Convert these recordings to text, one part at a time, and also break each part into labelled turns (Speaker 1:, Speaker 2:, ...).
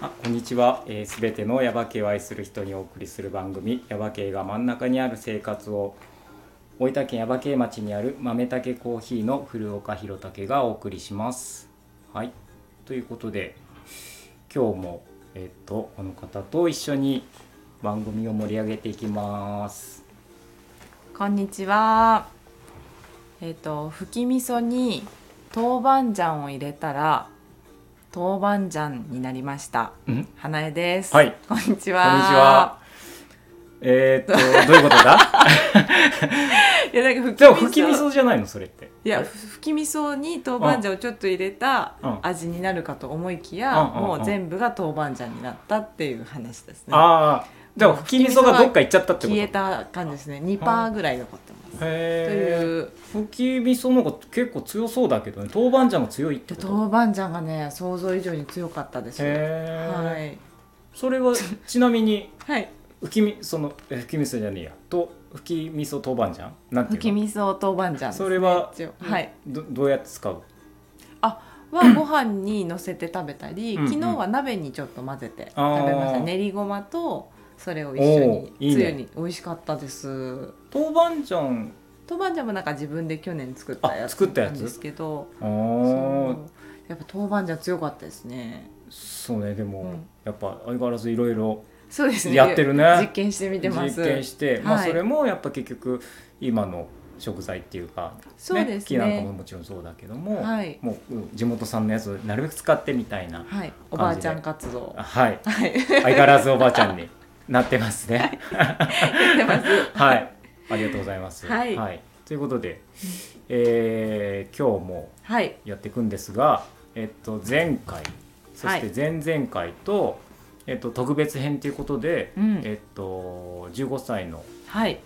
Speaker 1: あこんにちはすべ、えー全てのヤバ系を愛する人にお送りする番組「ヤバ系が真ん中にある生活を」大分県ヤバ系町にある豆竹コーヒーの古岡弘武がお送りします。はいということで今日も、えっとこの方と一緒に番組を盛り上げていきます。
Speaker 2: こんにちは。えっ、と、ふき味噌に豆板醤を入れたら。豆板醤になりました。
Speaker 1: んこんに
Speaker 2: 花江です。
Speaker 1: はい。
Speaker 2: こんにちは。
Speaker 1: ちは。えー、っとどういうこと だ
Speaker 2: いや、な
Speaker 1: で
Speaker 2: んか
Speaker 1: も
Speaker 2: ふ
Speaker 1: 吹
Speaker 2: き
Speaker 1: き
Speaker 2: 味
Speaker 1: 味
Speaker 2: 噌。
Speaker 1: 噌じゃないのそれって。
Speaker 2: いや、ふふき味噌に豆板醤をちょっと入れた
Speaker 1: うん
Speaker 2: 味になるかと思いきや、
Speaker 1: うんうんうん
Speaker 2: もう全部が豆板醤になったっていう話ですね。
Speaker 1: ああじゃあ吹き味噌がどっか行っちゃったってこと
Speaker 2: 消えた感じですね。2%ぐらい残ってます。と
Speaker 1: へえ
Speaker 2: いう。
Speaker 1: 吹き味噌の方が結構強そうだけどね豆板醤が強いって
Speaker 2: で
Speaker 1: こと
Speaker 2: 豆板醤がね、想像以上に強かったです。
Speaker 1: へえ、
Speaker 2: はい。
Speaker 1: それはちなみに
Speaker 2: はい。
Speaker 1: 吹きみそのえ吹き味噌じゃねえやと吹き味噌豆板醤なんて
Speaker 2: ふ
Speaker 1: い
Speaker 2: き
Speaker 1: うの
Speaker 2: 味噌豆板醤ですね
Speaker 1: それは
Speaker 2: 一応 はい
Speaker 1: どどうやって使う
Speaker 2: はご飯にのせて食べたり、
Speaker 1: うんうん
Speaker 2: 昨日は鍋にちょっと混ぜて
Speaker 1: あー
Speaker 2: 食べました練りごまとそれを一緒
Speaker 1: おー
Speaker 2: に
Speaker 1: いいね
Speaker 2: つゆに美味しかったです
Speaker 1: 豆板醤
Speaker 2: 豆板醤もなんか自分で去年作ったや
Speaker 1: あ
Speaker 2: つ
Speaker 1: 作ったやつ
Speaker 2: なんですけど
Speaker 1: あ
Speaker 2: そ
Speaker 1: ー
Speaker 2: うやっぱ豆板醤強かったですね
Speaker 1: そうねでも、
Speaker 2: うん
Speaker 1: やっぱ相変わらずいろいろ
Speaker 2: そうですね
Speaker 1: やってるね
Speaker 2: 実験してみてま
Speaker 1: 実
Speaker 2: す
Speaker 1: 験して、まあ、
Speaker 2: はい
Speaker 1: それもやっぱ結局今の食材っていうか、
Speaker 2: そうです
Speaker 1: 木なんか
Speaker 2: ね
Speaker 1: ももちろんそうだけども、
Speaker 2: はい
Speaker 1: もううん地元産のやつをなるべく使ってみたいな
Speaker 2: はいおばあちゃん活動
Speaker 1: あはい
Speaker 2: はい
Speaker 1: 相変わらずおばあちゃんになってますね。
Speaker 2: やってます
Speaker 1: はい、ありがとうございます。
Speaker 2: はい
Speaker 1: ということで、えー今日も
Speaker 2: はい
Speaker 1: やっていくんですが、えっと前回、そして前々回と、えっと特別編ということで、
Speaker 2: うん
Speaker 1: えっと15歳の
Speaker 2: はい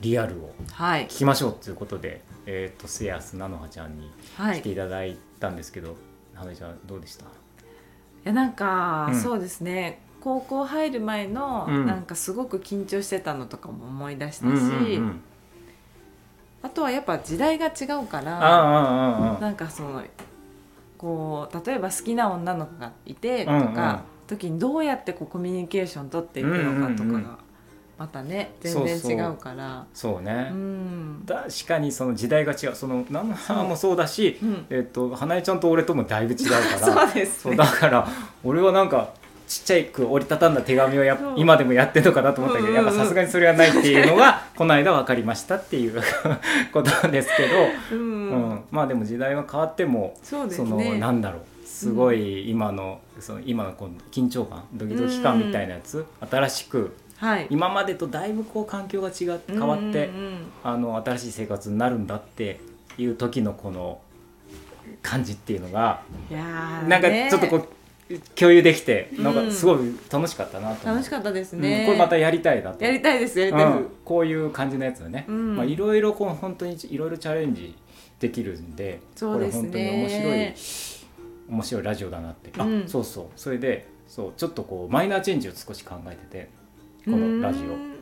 Speaker 1: リアルを
Speaker 2: はい
Speaker 1: 聞きましょうということで、えっとセアス菜の葉ちゃんに
Speaker 2: は
Speaker 1: 来
Speaker 2: い
Speaker 1: ていただいたんですけど、菜の葉ちゃんどうでした？
Speaker 2: いやなんか、
Speaker 1: うん
Speaker 2: そうですね高校入る前の、
Speaker 1: うん
Speaker 2: なんかすごく緊張してたのとかも思い出したし、
Speaker 1: うん、
Speaker 2: あとはやっぱ時代が違うか
Speaker 1: あ
Speaker 2: ら
Speaker 1: ああああ
Speaker 2: なんかそのこう例えば好きな女の子がいてとか、
Speaker 1: うんうん
Speaker 2: 時にどうやってこうコミュニケーション取っていくのかとか
Speaker 1: うんうんう
Speaker 2: が、
Speaker 1: ん
Speaker 2: またね
Speaker 1: そ
Speaker 2: 全
Speaker 1: うそう
Speaker 2: 然違うから
Speaker 1: そうね。
Speaker 2: うん
Speaker 1: 確かにその時代が違うそのナナもそうだし、
Speaker 2: うん
Speaker 1: えっと花江ちゃんと俺ともだいぶ違うから
Speaker 2: そうです
Speaker 1: そう
Speaker 2: ね
Speaker 1: だから俺はなんかちっちゃいく折りたたんだ手紙をやっ
Speaker 2: そう
Speaker 1: 今でもやってるのかなと思ったけど、
Speaker 2: うんうんうん
Speaker 1: やっぱさすがにそれはないっていうのが この間分かりましたっていう ことですけ
Speaker 2: う
Speaker 1: ど、
Speaker 2: ん
Speaker 1: うんまあでも時代は変わっても
Speaker 2: そうです
Speaker 1: その
Speaker 2: ね
Speaker 1: なんだろうすごい今の,、その今のこの緊張感ドキドキ感みたいなやつ、新しく
Speaker 2: はい
Speaker 1: 今までとだいぶこう環境が違って変わって。
Speaker 2: うんうんうん
Speaker 1: あの新しい生活になるんだっていう時のこの感じっていうのが
Speaker 2: いやー
Speaker 1: なんか
Speaker 2: ね
Speaker 1: ちょっとこう共有できてなん
Speaker 2: う
Speaker 1: か
Speaker 2: ん
Speaker 1: すごい楽しかったなと思う
Speaker 2: 楽しかったです
Speaker 1: うん
Speaker 2: ね、
Speaker 1: これまたやりたいなと
Speaker 2: やりたいですやりたいです、
Speaker 1: うんこういう感じのやつだね
Speaker 2: うん
Speaker 1: まあいろいろこう本当にいろいろチャレンジできるんで
Speaker 2: そうですね
Speaker 1: これ本当に面白い面白いラジオだなってあ、
Speaker 2: うん
Speaker 1: そうそうそれでそうちょっとこうマイナーチェンジを少し考えててこのラジ
Speaker 2: うー
Speaker 1: オ
Speaker 2: ん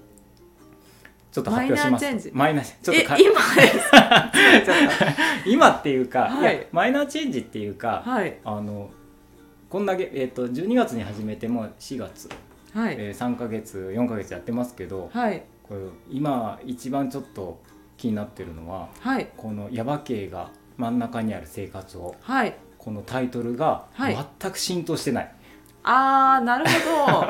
Speaker 1: ちょっと発表しま
Speaker 2: マイナーチェン
Speaker 1: す
Speaker 2: ジ
Speaker 1: マイナーちょっ
Speaker 2: え
Speaker 1: とか
Speaker 2: 今で すかちょっ
Speaker 1: 今っていうか、
Speaker 2: はい
Speaker 1: いやマイナーチェンジっていうか、
Speaker 2: とはい
Speaker 1: あのこんだけ、えー、と12月に始めてもう4月、
Speaker 2: はい
Speaker 1: えー、3ヶ月4ヶ月やってますけど
Speaker 2: はい
Speaker 1: これ今一番ちょっと気になってるのは
Speaker 2: はい
Speaker 1: この「ヤバ系が真ん中にある生活を
Speaker 2: はい」
Speaker 1: このタイトルが
Speaker 2: はい
Speaker 1: 全く浸透してない、
Speaker 2: あーなる ほ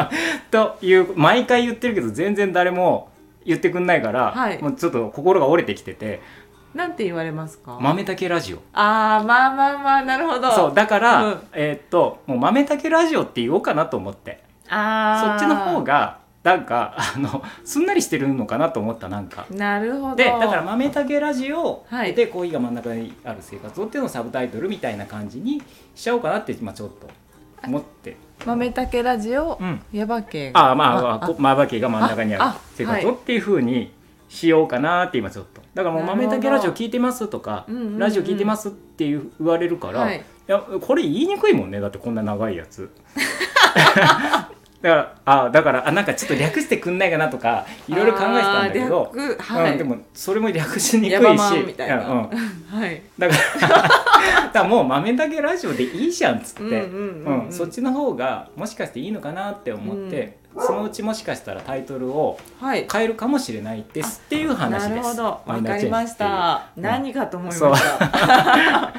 Speaker 1: という毎回言ってるけど全然誰も言ってくんないから、
Speaker 2: はい
Speaker 1: もうちょっと心が折れてきてて
Speaker 2: どなんて言われます
Speaker 1: 「
Speaker 2: か、
Speaker 1: 豆だけラジオ」
Speaker 2: あーまあまあまあなるほど
Speaker 1: そうだから、
Speaker 2: うん
Speaker 1: えーっともう豆だけラジオって言おうかなと思ってそ
Speaker 2: あ
Speaker 1: っ
Speaker 2: ー
Speaker 1: ちの方がなんかあのすんなりしてるのかなと思ったなんか
Speaker 2: なるほど
Speaker 1: でだから「豆だけラジオ」
Speaker 2: はい
Speaker 1: で「コーヒーが真ん中にある生活を」っていうのをサブタイトルみたいな感じにしちゃおうかなって今ちょっと思って
Speaker 2: 豆たけラジオ、
Speaker 1: うん
Speaker 2: ヤバ系
Speaker 1: ああまあこまばけが真ん中にあ
Speaker 2: あ
Speaker 1: る
Speaker 2: あ
Speaker 1: 生活を
Speaker 2: は
Speaker 1: っていうふうにしようかなって今ちょっとだからもう「
Speaker 2: なるほど
Speaker 1: 豆だけラジオ聞いてます」とか
Speaker 2: うんうんう
Speaker 1: 「
Speaker 2: ん
Speaker 1: ラジオ聞いてます」っていう言われるから、
Speaker 2: はい
Speaker 1: いやこれ言いにくいもんねだってこんな長いやつだからあだからあなんかちょっと略してくんないかなとかいろいろ考えてたんだけど
Speaker 2: あ、ー略はい、
Speaker 1: うん、でもそれも略しにくいし
Speaker 2: ヤバマンみたいな、
Speaker 1: うんうん
Speaker 2: はい
Speaker 1: だからだからもう豆だけラジオでいいじゃんっつって、
Speaker 2: う
Speaker 1: うんん
Speaker 2: うんうんうん
Speaker 1: そっちの方がもしかしていいのかなって思って、そのうちもしかしたらタイトルを
Speaker 2: はい
Speaker 1: 変えるかもしれないですっていう話
Speaker 2: な
Speaker 1: で
Speaker 2: る
Speaker 1: す。
Speaker 2: ほど
Speaker 1: マ
Speaker 2: わ
Speaker 1: イナ
Speaker 2: か
Speaker 1: ーチェンジって
Speaker 2: り
Speaker 1: いう
Speaker 2: ました
Speaker 1: うん
Speaker 2: 何かと思いました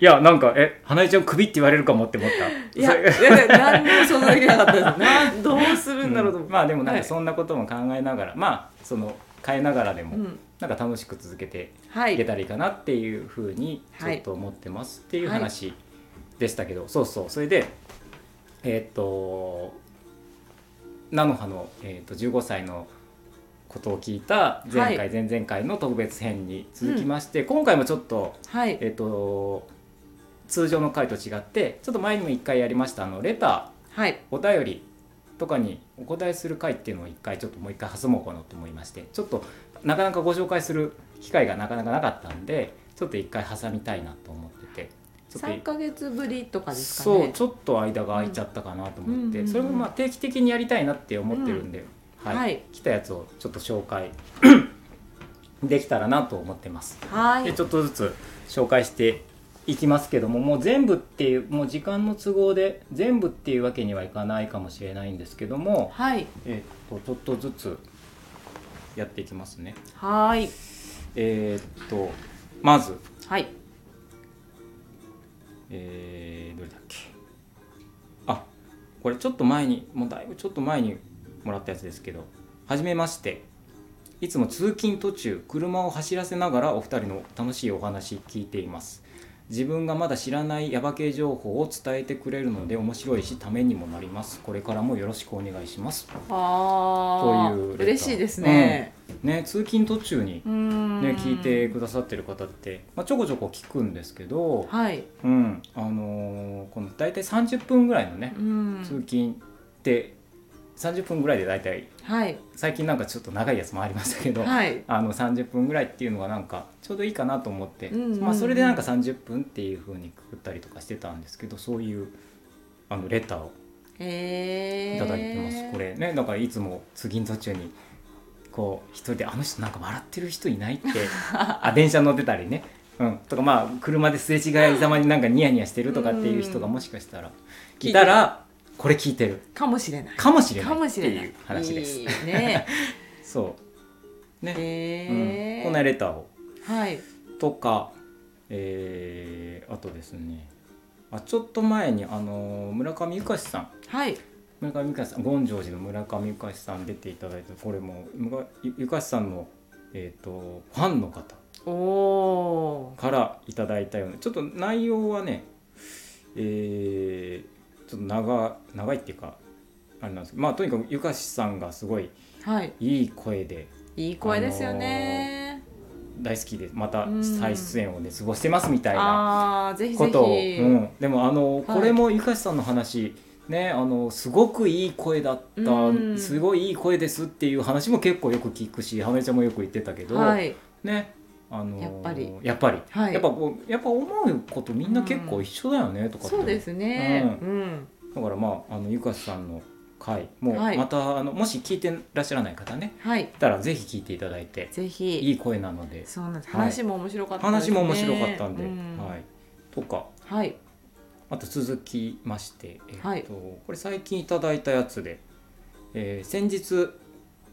Speaker 1: いやなんかえ花江ちゃん首って言われるかもって思った。
Speaker 2: いや
Speaker 1: そ
Speaker 2: いうやいや何にも想像できなかったですなんどうするんだろうと
Speaker 1: うん
Speaker 2: 思って
Speaker 1: まあでもなん
Speaker 2: はい
Speaker 1: かそんなことも考えながら、まあその変えながらでも、
Speaker 2: うん
Speaker 1: なんか楽しく続けて
Speaker 2: はい
Speaker 1: け
Speaker 2: い
Speaker 1: たらいいかなっていうふうにちょっと思ってますっていう話でしたけど、そうそうそれでえーっと菜の葉の、えーっと15歳のことを聞いた前回、
Speaker 2: はい
Speaker 1: 前々回の特別編に続きまして、今回もちょっと
Speaker 2: はい
Speaker 1: えーっと通常の回と違ってちょっと前にも1回やりましたあのレタ
Speaker 2: はい
Speaker 1: ーお便りとかにお答えする回っていうのを1回ちょっともう1回挟もうかなと思いましてちょっとなかなかご紹介する機会がなかなかなかったんでちょっと1回挟みたいなと思っててちょっと
Speaker 2: 3ヶ月ぶりとかですか
Speaker 1: そう
Speaker 2: ね
Speaker 1: ちょっと間が空いちゃったかなと思って、
Speaker 2: うん
Speaker 1: それもまあ定期的にやりたいなって思ってるんで、はい
Speaker 2: はい
Speaker 1: 来たやつをちょっと紹介 できたらなと思ってます。
Speaker 2: は
Speaker 1: で
Speaker 2: い
Speaker 1: ちょっとずつ紹介していきますけどももう全部っていうもう時間の都合で全部っていうわけにはいかないかもしれないんですけども、
Speaker 2: はい
Speaker 1: えっとちょっとずつやっていきますね。
Speaker 2: はい
Speaker 1: えーっとまず、
Speaker 2: はい
Speaker 1: えーどれだっけあこれちょっと前にもうだいぶちょっと前にもらったやつですけど「はじめまして」いつも通勤途中車を走らせながらお二人の楽しいお話聞いています自分がまだ知らないヤバ系情報を伝えてくれるので面白いしためにもなりますこれからもよろしくお願いします
Speaker 2: ああ
Speaker 1: というレター
Speaker 2: 嬉しいですね
Speaker 1: ね通勤途中に
Speaker 2: うーん
Speaker 1: ね聞いてくださってる方って、まあ、ちょこちょこ聞くんですけど、
Speaker 2: はい
Speaker 1: うんあのーこの大体30分ぐらいのね
Speaker 2: う、ん
Speaker 1: 通勤って30分ぐらいで大体
Speaker 2: はい
Speaker 1: 最近なんかちょっと長いやつもありましたけど、
Speaker 2: はい
Speaker 1: あの30分ぐらいっていうのがなんかちょうどいいかなと思って、
Speaker 2: うんうんうん
Speaker 1: まあ、それでなんか30分っていう風にくくったりとかしてたんですけどそういうあのレターを
Speaker 2: えー
Speaker 1: いただいてます、これねだからいつも通勤途中にこう一人で「あの人なんか笑ってる人い ない?」ってあ電車乗ってたりね、うん、とかまあ車ですれ違いざまになんかニヤニヤしてるとかっていう人がもしかしたら
Speaker 2: うん
Speaker 1: いたらこれ聞いてる
Speaker 2: かもしれない
Speaker 1: かもしれ
Speaker 2: か
Speaker 1: ない
Speaker 2: も
Speaker 1: っ
Speaker 2: してれないいう
Speaker 1: 話です。
Speaker 2: いいね
Speaker 1: そうね、
Speaker 2: え
Speaker 1: うん、
Speaker 2: ー
Speaker 1: こんなレターを
Speaker 2: はい
Speaker 1: とか、えーあとですねあちょっと前にあの村上ゆかしさん
Speaker 2: はい
Speaker 1: 村上ゆかしさん権城寺の村上ゆかしさん出ていただいたこれもむがゆゆかしさんの、えー、とファンの方
Speaker 2: おお
Speaker 1: からいただいたようなちょっと内容はねえーちょっと長長いっていうかあれなんですけどまあとにかくゆかしさんがすごい
Speaker 2: ーはい
Speaker 1: いい声で
Speaker 2: いい声ですよね、
Speaker 1: 大好きでまた
Speaker 2: うん
Speaker 1: 再出演を熱望してますみたいな
Speaker 2: ああーぜひぜ
Speaker 1: こ
Speaker 2: ひ、
Speaker 1: とを、うん、でもあの、
Speaker 2: はい
Speaker 1: これもゆかしさんの話ねあのすごくいい声だった、
Speaker 2: うん
Speaker 1: すごいいい声ですっていう話も結構よく聞くし花江ちゃんもよく言ってたけど、
Speaker 2: はい
Speaker 1: ねあの
Speaker 2: やっぱり
Speaker 1: やっぱり、
Speaker 2: はい
Speaker 1: やっぱこうやっぱ思うことみんな結構一緒だよね、とかって
Speaker 2: そうですねうん、
Speaker 1: だからまああのゆかしさんの回もう
Speaker 2: はい
Speaker 1: また、あのもし聞いてらっしゃらない方ね
Speaker 2: はい
Speaker 1: いたらぜひ聞いていただいて
Speaker 2: ぜひ
Speaker 1: いい声なので
Speaker 2: そうなんです
Speaker 1: はい
Speaker 2: 話も面白かったです
Speaker 1: 話
Speaker 2: ね、
Speaker 1: も面白かったんで、
Speaker 2: うん
Speaker 1: は
Speaker 2: はい
Speaker 1: い、とか
Speaker 2: はい、
Speaker 1: あと続きまして、えっと
Speaker 2: はい
Speaker 1: これ最近いただいたやつで、えー先日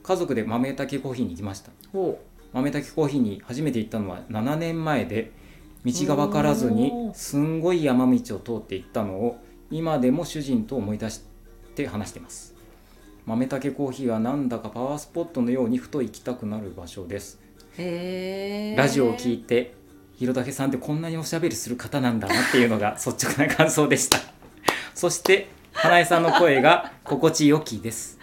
Speaker 1: 家族で豆炊きコーヒーに行きました
Speaker 2: ほ
Speaker 1: 豆炊きコーヒーに初めて行ったのは7年前で道が分からず
Speaker 2: お
Speaker 1: に
Speaker 2: ー
Speaker 1: すんごい山道を通って行ったのを今でも主人と思い出して話してます豆炊きコーヒーはなんだかパワースポットのようにふと行きたくなる場所です
Speaker 2: うへえ
Speaker 1: ラジオを聞い
Speaker 2: て
Speaker 1: て弘武さんってこんなにおしゃべりする方なんだなっていうの が率直な感想でしたそして花江さんの声が心地よきです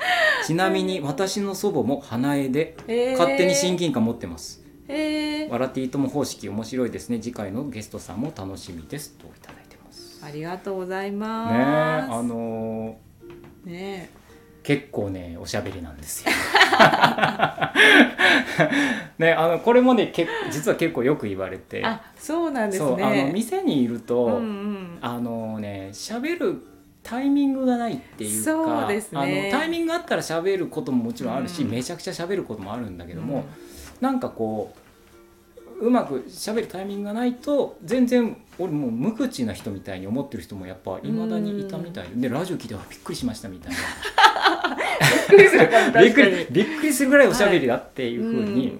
Speaker 1: ちなみに私の祖母も花江で勝手に親近感持ってます
Speaker 2: へえ
Speaker 1: 笑っていいとも方式面白いですね次回のゲストさんも楽しみですといただいてますね
Speaker 2: ありがとうござい
Speaker 1: え
Speaker 2: ます
Speaker 1: あの
Speaker 2: ねえ
Speaker 1: ー結構ねおしゃべりなん ですよねあのこれもねけ実は結構よく言われて
Speaker 2: あそうなんですね
Speaker 1: そうあの店にいると、
Speaker 2: うんうん
Speaker 1: あのね喋るタイミングがないっていうか
Speaker 2: そうですね
Speaker 1: あのタイミングがあったら喋ることももちろんあるし、
Speaker 2: うん
Speaker 1: めちゃくちゃ喋ることもあるんだけども、
Speaker 2: うん
Speaker 1: なんかこううまく喋るタイミングがないと全然俺もう無口な人みたいに思ってる人もやっぱいまだにいたみたいででラジオ聞いてあびっくりしましたみたい
Speaker 2: びっくりする
Speaker 1: なびっくりびっくりするぐらいおしゃべりだっていうふうに、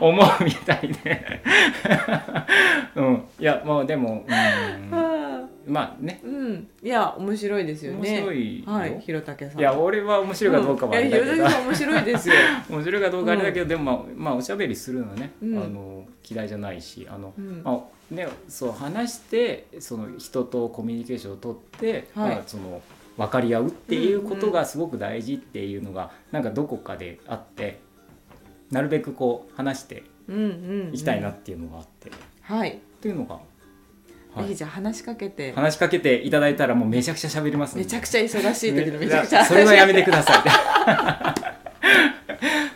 Speaker 1: 思うみたいでうんいやまあでも、うん、まあね
Speaker 2: うん、いや面白いですよね
Speaker 1: 面白いよ、
Speaker 2: はい、
Speaker 1: い、
Speaker 2: ひろたけさん
Speaker 1: や俺は面白いかどうかはあ
Speaker 2: ん
Speaker 1: れ
Speaker 2: い
Speaker 1: だ
Speaker 2: や
Speaker 1: け
Speaker 2: ひ
Speaker 1: ど、
Speaker 2: ろたけさん面白いですよ、
Speaker 1: 面白いかどうかあれだけど、でもまあ、まあ、おしゃべりするのはね、
Speaker 2: うん
Speaker 1: あの嫌いじゃないしあの、
Speaker 2: うん
Speaker 1: まあね、そう話してその人とコミュニケーションを取って、
Speaker 2: はい
Speaker 1: まあ、その分かり合うっていうことがすごく大事っていうのが、なんかどこかであってなるべくこう話して
Speaker 2: うんうん、うん、
Speaker 1: いきたいなっていうのがあって、
Speaker 2: はい、
Speaker 1: っていうのが、は
Speaker 2: ぜひ
Speaker 1: い、
Speaker 2: じゃあ話しかけて
Speaker 1: 話しかけていただいたらもうめちゃくちゃ喋りますんで
Speaker 2: めちゃくちゃ忙しい時のめ
Speaker 1: ね
Speaker 2: ちゃくちゃ
Speaker 1: それはやめてください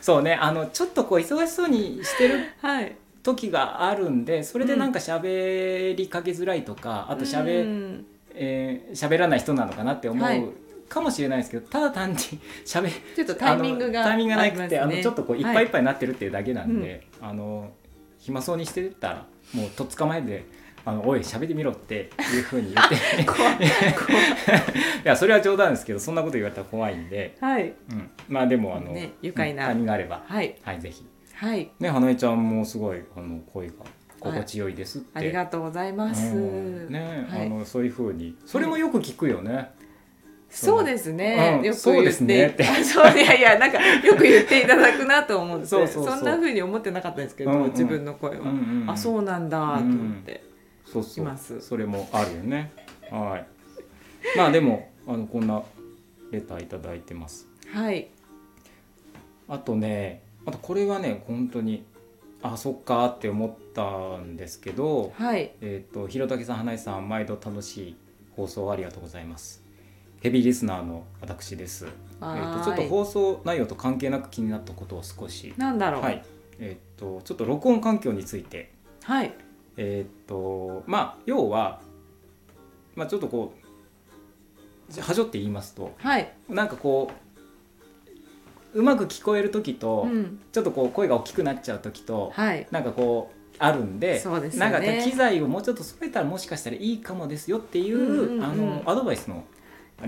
Speaker 1: そうねあのちょっとこう忙しそうにしてる
Speaker 2: はい
Speaker 1: 時があるんでそれでなんか喋りかけづらいとか、あと喋、
Speaker 2: うん
Speaker 1: えー喋らない人なのかなって思う、
Speaker 2: はい
Speaker 1: かもしれないですけどただ単に喋
Speaker 2: ちょっとタイミングが
Speaker 1: あのタイミングがなくて
Speaker 2: あ
Speaker 1: あ、
Speaker 2: りますね
Speaker 1: のちょっとこういっぱいいっぱいになってるっていうだけなんで、あの暇そうにしてたらもうとっ捕まえて「あのおい喋ってみろ」っていうふうに言って い
Speaker 2: 怖い怖 い
Speaker 1: やそれは冗談ですけどそんなこと言われたら怖いんで、
Speaker 2: はい
Speaker 1: うん、まあでもあの、
Speaker 2: ね愉快
Speaker 1: うん
Speaker 2: な
Speaker 1: タイミングがあれば、
Speaker 2: はい
Speaker 1: はい、ぜひ。
Speaker 2: はい
Speaker 1: ね花江ちゃんもすごいあの声が心地よいですって。
Speaker 2: ありがとうございます、
Speaker 1: うんね、
Speaker 2: はい
Speaker 1: あのそういう風にそれもよく聞くよね、
Speaker 2: そうですね、
Speaker 1: うん
Speaker 2: よく言って
Speaker 1: そうですねって
Speaker 2: あ そういやいやなんかよく言っていただくなと思って
Speaker 1: そうそうそうん
Speaker 2: な風に思ってなかったんですけど、
Speaker 1: うんうん
Speaker 2: 自分の声
Speaker 1: う
Speaker 2: は、
Speaker 1: んうんうん
Speaker 2: あそうなんだと思って、
Speaker 1: そうそう
Speaker 2: います
Speaker 1: それもあるよねはいまあでもあのこんなレターいただいてます
Speaker 2: はい
Speaker 1: あとねあとこれはね本当にあそっかって思ったんですけど
Speaker 2: はい
Speaker 1: えっ、とひろたけさん花井さん毎度楽しい放送ありがとうございますヘビーリスナーの私です、え
Speaker 2: は
Speaker 1: ー、
Speaker 2: ーい
Speaker 1: とちょっと放送内容と関係なく気になったことを少し
Speaker 2: なんだろう
Speaker 1: はいえっ、とちょっと録音環境について
Speaker 2: はい
Speaker 1: えーっとまあ要は、まあ、ちょっとこうはじょって言いますと
Speaker 2: はい、
Speaker 1: なんかこううまく聞こえる時と、
Speaker 2: うん、
Speaker 1: ちょっとこう声が大きくなっちゃう時と、
Speaker 2: はい
Speaker 1: なんかこうあるんで
Speaker 2: そうですよ
Speaker 1: な
Speaker 2: ね
Speaker 1: んか機材をもうちょっと揃えたらもしかしたらいいかもですよっていう,、
Speaker 2: うんうんうん
Speaker 1: あのアドバイスの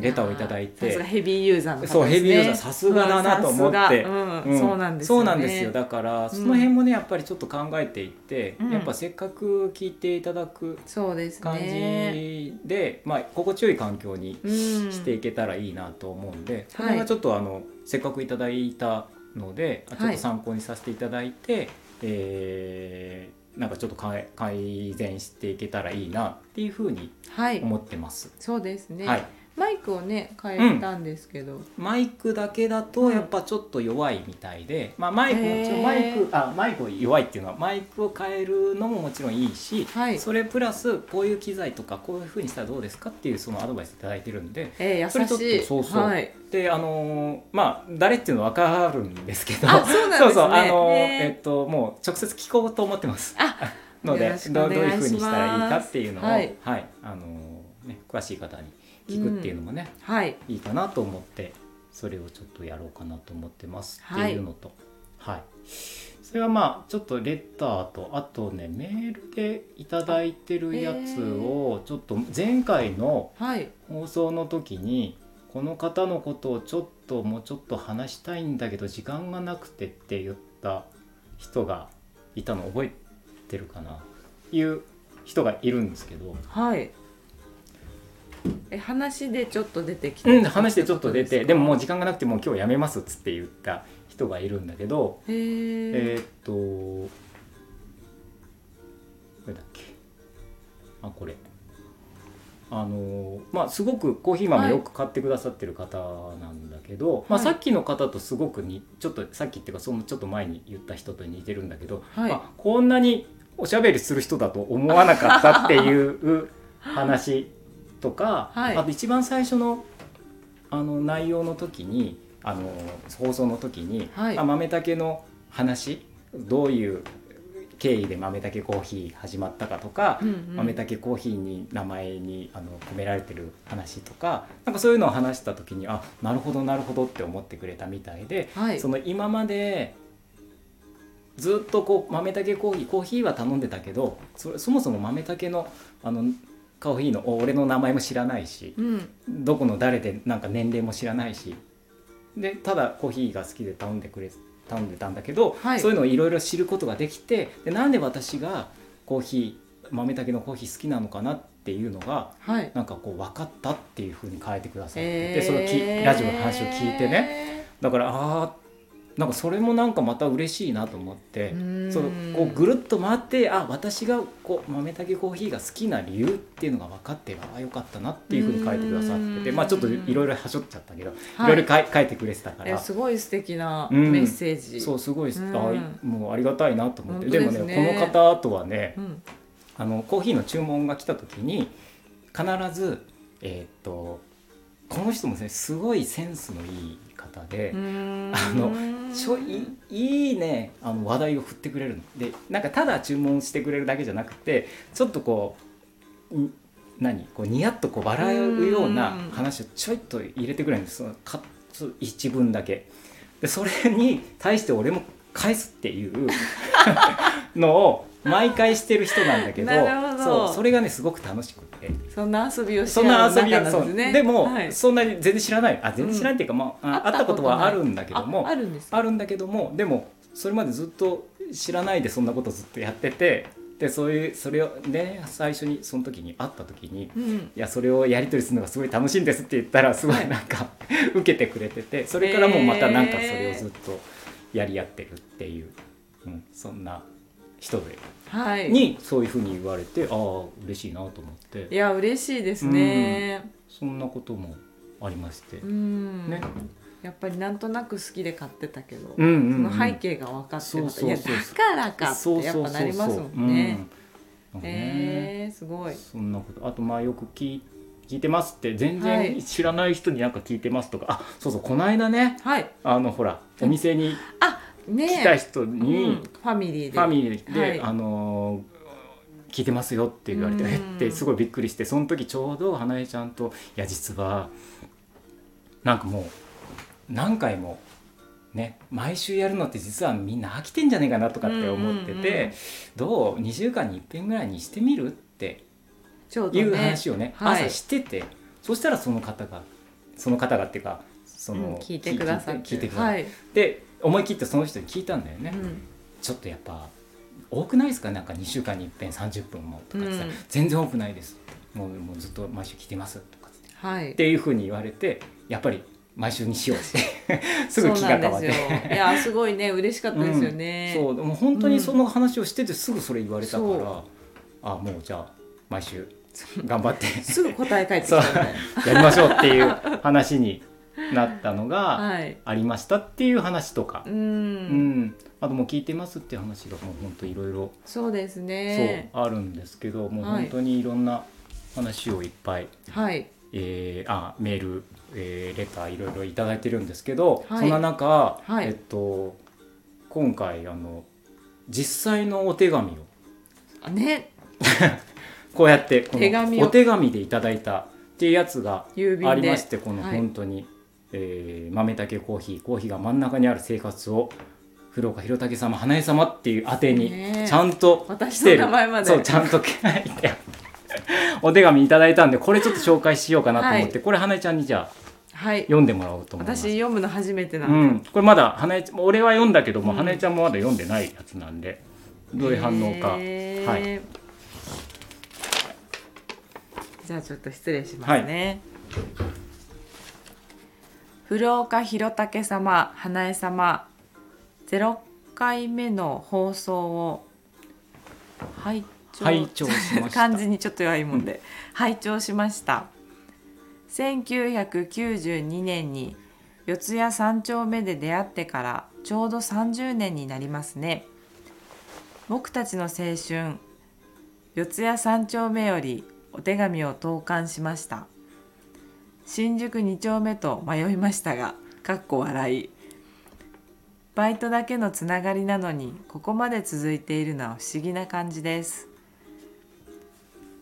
Speaker 1: レターをいただい
Speaker 2: さす
Speaker 1: て。
Speaker 2: がヘビーユーザーの方です、ね、
Speaker 1: そうヘビーユーザーさすがだなと思って
Speaker 2: うんさすがうん
Speaker 1: うん
Speaker 2: そうなんですよ、
Speaker 1: そ
Speaker 2: ね、
Speaker 1: うなんですよだからその辺もねやっぱりちょっと考えていって、
Speaker 2: うん
Speaker 1: やっぱせっかく聞いていただく
Speaker 2: そうですね
Speaker 1: 感じで、まあ、心地よい環境に
Speaker 2: うん
Speaker 1: していけたらいいなと思うんで、
Speaker 2: は
Speaker 1: こ
Speaker 2: い
Speaker 1: れはちょっとあのせっかくいただいたので、あちょっ
Speaker 2: は
Speaker 1: と
Speaker 2: い
Speaker 1: 参考にさせていただいて、えーなんかちょっとかえ改善していけたらいいなっていうふうに
Speaker 2: はい
Speaker 1: 思ってます。
Speaker 2: そうですね、
Speaker 1: はい、
Speaker 2: マイクをね変えたんですけど、
Speaker 1: マイクだけだ
Speaker 2: う
Speaker 1: と
Speaker 2: ん
Speaker 1: やっぱちょっと弱いみたいで、まあ、マイクも
Speaker 2: へー
Speaker 1: ちょマイクあマイク弱いっていうのはマイクを変えるのももちろんいいし、
Speaker 2: はい
Speaker 1: それプラスこういう機材とかこういうふうにしたらどうですかっていうそのアドバイスいただいてるんで
Speaker 2: え
Speaker 1: それちょ
Speaker 2: ー、
Speaker 1: っ
Speaker 2: 優しい
Speaker 1: とそうそう
Speaker 2: はい、
Speaker 1: であのーまあ誰っていうの分かるんですけど
Speaker 2: あそうなんですね
Speaker 1: そうそうあのー
Speaker 2: へー
Speaker 1: えっともう直接聞こうと思ってます
Speaker 2: あ
Speaker 1: の
Speaker 2: よ
Speaker 1: で
Speaker 2: ろしくお
Speaker 1: ど
Speaker 2: 願
Speaker 1: う
Speaker 2: い
Speaker 1: どういうふうにしたらいいかっていうのを
Speaker 2: しますはい
Speaker 1: あのーね、詳しい方に聞くっていうのもね、
Speaker 2: はい
Speaker 1: いいかなと思ってそれをちょっとやろうかなと思ってますっ
Speaker 2: はい
Speaker 1: ていうのとはい、それはまあちょっとレターとあとねメールでいただいてるやつをちょっと前回の
Speaker 2: はい
Speaker 1: 放送の時にこの方のことをちょっともうちょっと話したいんだけど時間がなくてって言った人がいたの覚えてるかないう人がいるんですけど、
Speaker 2: はいえ話でちょっと出てきた
Speaker 1: うん、話してちょっと出てでももう
Speaker 2: う
Speaker 1: 時間がなくてもう今日やめますっつって言った人がいるんだけど、
Speaker 2: へー
Speaker 1: えーっとこれだっけあこれあのーまあすごくコーヒー豆
Speaker 2: はい
Speaker 1: よく買ってくださってる方なんだけど、まあ、
Speaker 2: はい
Speaker 1: さっきの方とすごくにちょっとさっきっていうかそのちょっと前に言った人と似てるんだけど、
Speaker 2: はい
Speaker 1: あこんなにおしゃべりする人だと思わなかったっていう話とか、
Speaker 2: はい
Speaker 1: あと一番最初のあの内容の時にあの放送の時に、
Speaker 2: はい
Speaker 1: あ豆たけの話どういう経緯で豆たけコーヒー始まったかとか、
Speaker 2: うんうん
Speaker 1: 豆たけコーヒーに名前にあの込められてる話とかなんかそういうのを話した時にあなるほどなるほどって思ってくれたみたいで、
Speaker 2: はい
Speaker 1: その今までずっとこう豆たけコーヒーコーヒーは頼んでたけどそれそもそも豆たけのあのコーヒーのお俺の名前も知らないし
Speaker 2: うん
Speaker 1: どこの誰でなんか年齢も知らないしでただコーヒーが好きで頼んでくれ頼んでたんだけど、
Speaker 2: はい
Speaker 1: そういうのをいろいろ知ることができてでなんで私がコーヒー豆たけのコーヒー好きなのかなっていうのが
Speaker 2: はい
Speaker 1: なんかこう分かったっていうふうに変えてくださって、
Speaker 2: え
Speaker 1: でそのきラジオの話を聞いてね
Speaker 2: ね
Speaker 1: だからああなんかそれもなんかまた嬉しいなと思って
Speaker 2: うーん
Speaker 1: そのこうぐるっと回ってあ私がこう豆たけコーヒーが好きな理由っていうのが分かってああよかったなっていうふうに書いてくださっ
Speaker 2: う
Speaker 1: て
Speaker 2: ー
Speaker 1: て
Speaker 2: ん
Speaker 1: まあちょっといろいろはしょっちゃったけど、
Speaker 2: はい
Speaker 1: い、ろいろ書い書いてくれてたか
Speaker 2: え
Speaker 1: ら。
Speaker 2: すごい素敵な
Speaker 1: うん
Speaker 2: メッセージ、
Speaker 1: そうすごいです、
Speaker 2: うん
Speaker 1: あいもうありがたいなと思って
Speaker 2: 本
Speaker 1: で
Speaker 2: 当
Speaker 1: も
Speaker 2: ですね
Speaker 1: ねこの方とはね、
Speaker 2: うん
Speaker 1: あのコーヒーの注文が来た時に必ず、えーっとこの人もねすごいセンスのいい方で、
Speaker 2: うーん
Speaker 1: あのちょいいいねあの話題を振ってくれるのでなんかただ注文してくれるだけじゃなくてちょっとこうん何こうニヤッとこう笑うような
Speaker 2: うん
Speaker 1: 話をちょいっと入れてくれるんですそのかそう一文だけでそれに対して俺も返すっていう のを毎回してる人なんだけど
Speaker 2: なるほど
Speaker 1: そうそれがねすごく楽しくて。
Speaker 2: そんな遊びをし
Speaker 1: そ
Speaker 2: 合
Speaker 1: んな遊び
Speaker 2: 仲
Speaker 1: は
Speaker 2: なん
Speaker 1: そ
Speaker 2: です
Speaker 1: う
Speaker 2: ね
Speaker 1: でも、
Speaker 2: はい
Speaker 1: そんなに全然知らないあ全然知らないっていうか、まああ会ったことはあるんだけども
Speaker 2: ああるんですか
Speaker 1: あるんだけどもでもそれまでずっと知らないでそんなことずっとやっててでそういうそれをね最初にその時に会った時に「
Speaker 2: うん
Speaker 1: いやそれをやり取りするのがすごい楽しいんです」って言ったらすご
Speaker 2: はい
Speaker 1: いなんか受けてくれててそれからもうまたなんかそれをずっとやり合ってるっていう、うん、そんな人で
Speaker 2: はい
Speaker 1: にそういうふうに言われてああ嬉しいなと思っ
Speaker 2: い
Speaker 1: て
Speaker 2: や嬉しいですね
Speaker 1: そんなこともありまして
Speaker 2: う。ん
Speaker 1: ね、
Speaker 2: やっぱりなんとなく好きで買ってたけど、
Speaker 1: うんうんうん
Speaker 2: その背景が分かって
Speaker 1: そう
Speaker 2: ま
Speaker 1: そ
Speaker 2: た
Speaker 1: うそう
Speaker 2: いやだからかってやっぱなりますもんね。
Speaker 1: うんなんかね
Speaker 2: えー、すごい。
Speaker 1: そんなことあとまあよく聞い聞いてますって全
Speaker 2: はい
Speaker 1: 然知らない人になんか聞いてますとか、あそうそうこの間ね
Speaker 2: はい。
Speaker 1: あのほらお店に
Speaker 2: あねえ
Speaker 1: 来た人
Speaker 2: うん
Speaker 1: に
Speaker 2: ファミリー
Speaker 1: フ
Speaker 2: で。
Speaker 1: ァミリーで、
Speaker 2: はい
Speaker 1: あのー聞いてますよって言われて
Speaker 2: うん
Speaker 1: えってすごいびっくりしてその時ちょうど花江ちゃんと「いや実はなんかもう何回もね毎週やるのって実はみんな飽きてんじゃねえかな」とかって思ってて
Speaker 2: うんうんうん
Speaker 1: 「どう2週間に1遍ぐらいにしてみる?」って
Speaker 2: ちょうど
Speaker 1: い
Speaker 2: ね。
Speaker 1: う話をね、
Speaker 2: はい
Speaker 1: 朝しててそしたらその方がその方がっていうかその、
Speaker 2: うん聞いてくださって。
Speaker 1: 聞いてくださっ
Speaker 2: は
Speaker 1: て、
Speaker 2: い。
Speaker 1: で思い切ってその人に聞いたんだよね、
Speaker 2: うん
Speaker 1: ちょっとやっぱ多くないですかなんか2週間に一遍30分もとかって言ったら、
Speaker 2: うん
Speaker 1: 全然多くないですもうもうずっと毎週来てますとかって
Speaker 2: はい。
Speaker 1: っていうふうに言われてやっぱり毎週にしようって すぐ気が変わって
Speaker 2: そうなんですよ。いやすごいね嬉しかったですよね。
Speaker 1: うんそうでも本当にその話をしててすぐそれ言われたから、
Speaker 2: うん
Speaker 1: あもうじゃあ毎週頑張 って
Speaker 2: すぐ答え返ってきたみたい
Speaker 1: やりましょうっていう話になったの
Speaker 2: な。
Speaker 1: が
Speaker 2: はい。
Speaker 1: ありましたっていう話とか、
Speaker 2: う
Speaker 1: うん
Speaker 2: ん。
Speaker 1: あともう聞いてますっていう話がもう本当いろいろ
Speaker 2: そうです
Speaker 1: そう
Speaker 2: ね。
Speaker 1: あるんですけどもう
Speaker 2: はい
Speaker 1: 本当にいろんな話をいっぱい、
Speaker 2: はい。
Speaker 1: えーあメール、えーレターいろいろいただいてるんですけど、
Speaker 2: はい
Speaker 1: そんな中、
Speaker 2: はい
Speaker 1: えっと、今回あの実際のお手紙を
Speaker 2: あね
Speaker 1: こうやってこ
Speaker 2: 手紙
Speaker 1: の
Speaker 2: を
Speaker 1: お手紙でいただいたっていうやつが
Speaker 2: 郵便で。
Speaker 1: ありましてこの
Speaker 2: はい
Speaker 1: 本当に、えー豆たけコーヒーコーヒーが真ん中にある生活を古岡弘武様花江様っていう宛てに
Speaker 2: ねえ
Speaker 1: ちゃんと来
Speaker 2: 私の
Speaker 1: てる、
Speaker 2: 名前まで
Speaker 1: そうちゃんと書いてお手紙いただいたんでこれちょっと紹介しようかなと思って、これ花江ちゃんにじゃあ
Speaker 2: はい。
Speaker 1: 読んでもらおうと思います
Speaker 2: 私読むの初めてな
Speaker 1: うん
Speaker 2: で。
Speaker 1: ん、これまだ花江ちゃん俺は読んだけども、
Speaker 2: うん
Speaker 1: 花江ちゃんもまだ読んでないやつなんでどういう反応か、
Speaker 2: へー
Speaker 1: はい、
Speaker 2: じゃあちょっと失礼しますね。古岡弘武様、花江様、0回目の放送を拝聴
Speaker 1: 拝聴しました
Speaker 2: 漢字にちょっと弱いもんで、拝聴しました。1992年に四谷三丁目で出会ってからちょうど30年になりますね僕たちの青春四谷三丁目よりお手紙を投函しました新宿2丁目と迷いましたがかっこ笑いバイトだけのつながりなのにここまで続いているのは不思議な感じです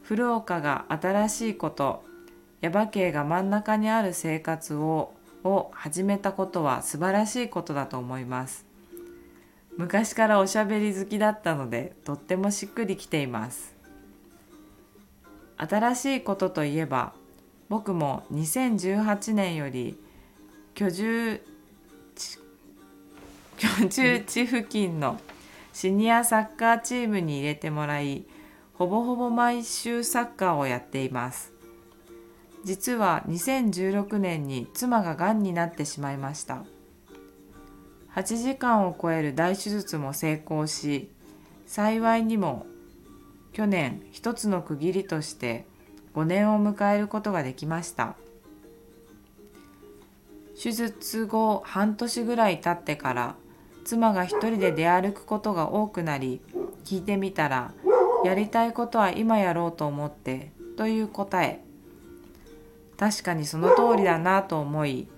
Speaker 2: 古岡が新しいこと耶馬渓が真ん中にある生活をを始めたことは素晴らしいことだと思います昔からおしゃべり好きだったのでとってもしっくりきています新しいことといえば僕も2018年より居住地居住地付近のシニアサッカーチームに入れてもらいほぼほぼ毎週サッカーをやっています実は2016年に妻ががんになってしまいました8時間を超える大手術も成功し幸いにも去年一つの区切りとして5年を迎えることができました手術後半年ぐらい経ってから妻が一人で出歩くことが多くなり聞いてみたら「やりたいことは今やろうと思って」という答え確かにその通りだなと思い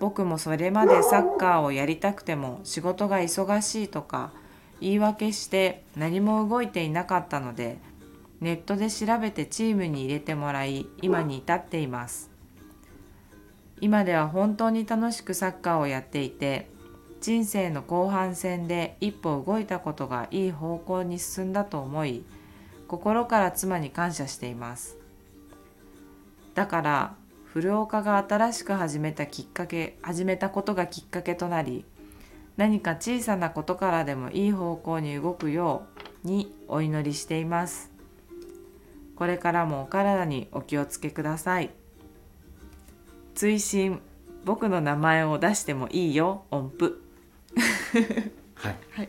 Speaker 2: 僕もそれまでサッカーをやりたくても仕事が忙しいとか言い訳して何も動いていなかったのでネットで調べてチームに入れてもらい今に至っています今では本当に楽しくサッカーをやっていて人生の後半戦で一歩動いたことがいい方向に進んだと思い心から妻に感謝していますだから古岡が新しく始めたきっかけ始めたことがきっかけとなり何か小さなことからでもいい方向に動くようにお祈りしていますこれからもお体にお気をつけください追伸僕の名前を出してもいいよ音符
Speaker 1: はい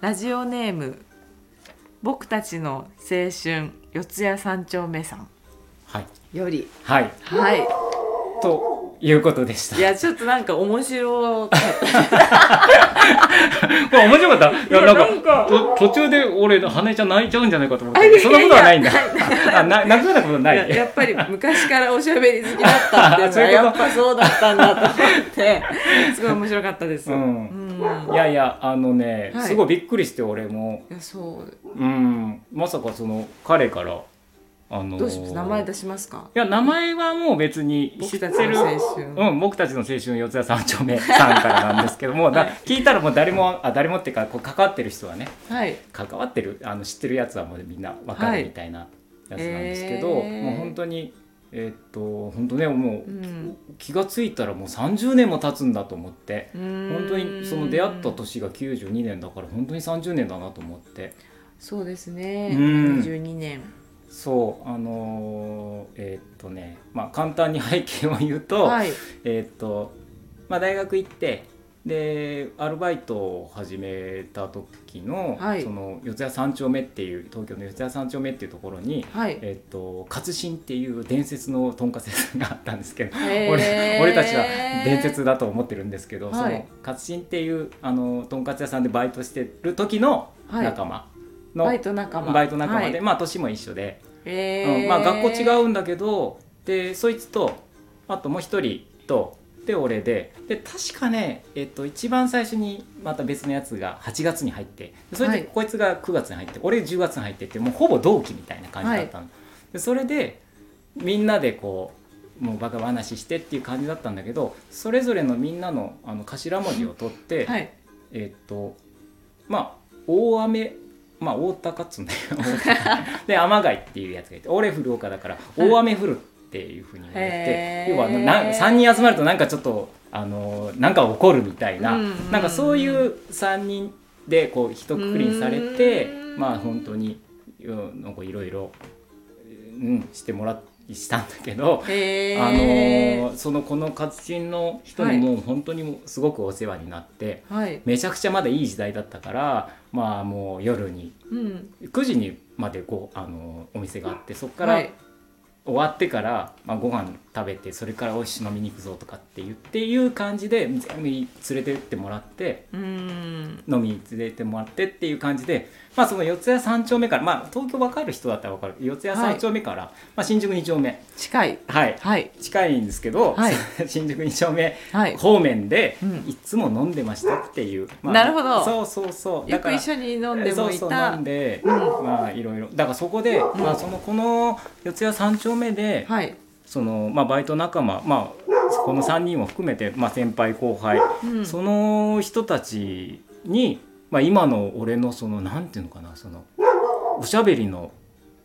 Speaker 2: ラジオネーム僕たちの青春四谷三丁目さん
Speaker 1: はい
Speaker 2: より
Speaker 1: はい
Speaker 2: はい
Speaker 1: ということでした
Speaker 2: いやちょっとなんか面白かっ
Speaker 1: これ面白かったいやな
Speaker 2: いや
Speaker 1: んか
Speaker 2: なんか
Speaker 1: と途中で俺羽ちゃん泣いちゃうんじゃないかと思ったけどそんなことはないんだあな泣くようなこと
Speaker 2: た
Speaker 1: な
Speaker 2: や
Speaker 1: い
Speaker 2: やっぱり昔からおしゃべり好きだっ たっていうの
Speaker 1: そう
Speaker 2: は
Speaker 1: いう
Speaker 2: や
Speaker 1: こ
Speaker 2: っ
Speaker 1: と
Speaker 2: ぱそうだったんだと 思ってすごい面白かったです
Speaker 1: う
Speaker 2: うんん
Speaker 1: いやいやあのね、
Speaker 2: はい
Speaker 1: すごいびっくりして俺も
Speaker 2: いやそう
Speaker 1: うんまさかその彼からあの
Speaker 2: どうします名前出しますか
Speaker 1: いや名前はもう別に知
Speaker 2: 僕
Speaker 1: った
Speaker 2: ち
Speaker 1: てる
Speaker 2: の青春、
Speaker 1: うん、僕たちの青春四谷三丁目さんからなんですけども、だ聞いたらもう誰もあ誰もっていうかこう関わってる人はね
Speaker 2: はい
Speaker 1: 関わってるあの知ってるやつはもうみんなわか
Speaker 2: はい
Speaker 1: るみたいなやつなんですけど、
Speaker 2: へー
Speaker 1: もう本当にえーっと本当ねも
Speaker 2: う
Speaker 1: うん気がついたらもう30年も経つんだと思って。本
Speaker 2: 本
Speaker 1: 当にその出会った年が92年だから本当に30年だなと思って
Speaker 2: そうですね
Speaker 1: うん
Speaker 2: 22年
Speaker 1: そうあのーえーっとねまあ簡単に背景を言うと、
Speaker 2: はい
Speaker 1: えーっと、まあ、大学行ってでアルバイトを始めた時の,、
Speaker 2: はい
Speaker 1: その四谷三丁目っていう東京の四谷三丁目っていうところに、
Speaker 2: はい
Speaker 1: えーっと勝新っていう伝説のとんかつ屋さんがあったんですけど
Speaker 2: へ
Speaker 1: 俺
Speaker 2: ー
Speaker 1: 俺たちは伝説だと思ってるんですけど、
Speaker 2: はい
Speaker 1: その勝新っていうあのとんかつ屋さんでバイトしてる時の
Speaker 2: はい
Speaker 1: 仲間の、
Speaker 2: バイト仲間
Speaker 1: バイト仲間で、
Speaker 2: はい
Speaker 1: まあ年も一緒で。
Speaker 2: へ
Speaker 1: う
Speaker 2: ー
Speaker 1: ん、まあ学校違うんだけどでそいつとあともう一人とで俺でで確かね、えっと、一番最初にまた別のやつが8月に入ってでそれ
Speaker 2: は
Speaker 1: で
Speaker 2: い
Speaker 1: こいつが9月に入って、俺10月に入ってってもうほぼ同期みたいな感じだったの、でそれでみんなでこうもうバカ話してっていう感じだったんだけどそれぞれのみんなのあの頭文字を取って、
Speaker 2: はい
Speaker 1: えっとまあ大雨まあ大高っつうんだよ で雨貝っていうやつがいて俺古岡だから大雨降るっていうふうに言われ
Speaker 2: へ
Speaker 1: て
Speaker 2: ー
Speaker 1: 要はな3人集まるとなんかちょっとあのなんか起こるみたいな、
Speaker 2: うんうん
Speaker 1: なんかそういう3人でこう一括りにされて
Speaker 2: うん
Speaker 1: まあ本当にうんなんかいろいろうんしてもらっしたんだけど。
Speaker 2: へ
Speaker 1: あ
Speaker 2: ー
Speaker 1: のそのこの活人の人にもう本当にもうすごくお世話になって、
Speaker 2: はい
Speaker 1: めちゃくちゃまだいい時代だったからまあもう夜に
Speaker 2: うん
Speaker 1: 9時にまでこうあのお店があってそこか
Speaker 2: は
Speaker 1: ら
Speaker 2: い
Speaker 1: 終わってから、まあ、ご飯食べてそれからおいしい飲みに行くぞとかって言っていう感じで全部連れてってもらって
Speaker 2: うん
Speaker 1: 飲みに連れてもらってっていう感じで、まあ、その四谷三丁目から、まあ、東京分かる人だったら分かる四谷三丁目から、まあ、新宿2丁目
Speaker 2: 近い
Speaker 1: はい
Speaker 2: はい
Speaker 1: 近いんですけど、
Speaker 2: はい
Speaker 1: 新宿2丁目
Speaker 2: はい
Speaker 1: 方面で
Speaker 2: うん
Speaker 1: いつも飲んでましたっていう、
Speaker 2: なるほど
Speaker 1: そうそうそう
Speaker 2: よく一緒に飲んでもい
Speaker 1: そうそう飲
Speaker 2: た
Speaker 1: んで、
Speaker 2: うん
Speaker 1: まあいろいろだからそこで、まあそのこの四谷三丁目で、
Speaker 2: はい
Speaker 1: そのまあバイト仲間まあこの3人を含めて、まあ、先輩後輩、
Speaker 2: うん
Speaker 1: その人たちに、まあ、今の俺のそのなんていうのかなそのおしゃべりの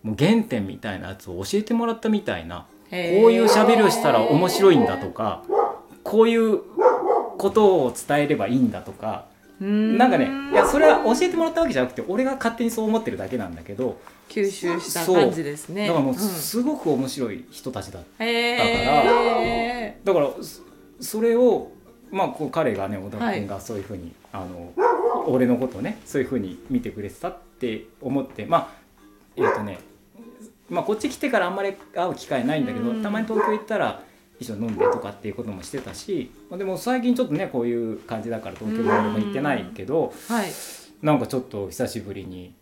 Speaker 1: もう原点みたいなやつを教えてもらったみたいな
Speaker 2: こう
Speaker 1: こういうしゃべりをしたら面白いんだとかこういうことを伝えればいいんだとかなんかねいやそれは教えてもらったわけじゃなくて俺が勝手にそう思ってるだけなんだけど
Speaker 2: 吸収した感じですね
Speaker 1: だからもう
Speaker 2: うん
Speaker 1: すごく面白い人たちだ
Speaker 2: へえ
Speaker 1: だからそそれをまあこう彼がね小田君がそういうふうに、あの俺のことをねそういうふうに見てくれてたって思ってまあえっ、とねまあこっち来てからあんまり会う機会ないんだけど、
Speaker 2: うん
Speaker 1: たまに東京行ったら一緒に飲んでとかっていうこともしてたし、まあ、でも最近ちょっとねこういう感じだから東京も俺も行ってないけど、
Speaker 2: はい
Speaker 1: なんかちょっと久しぶりに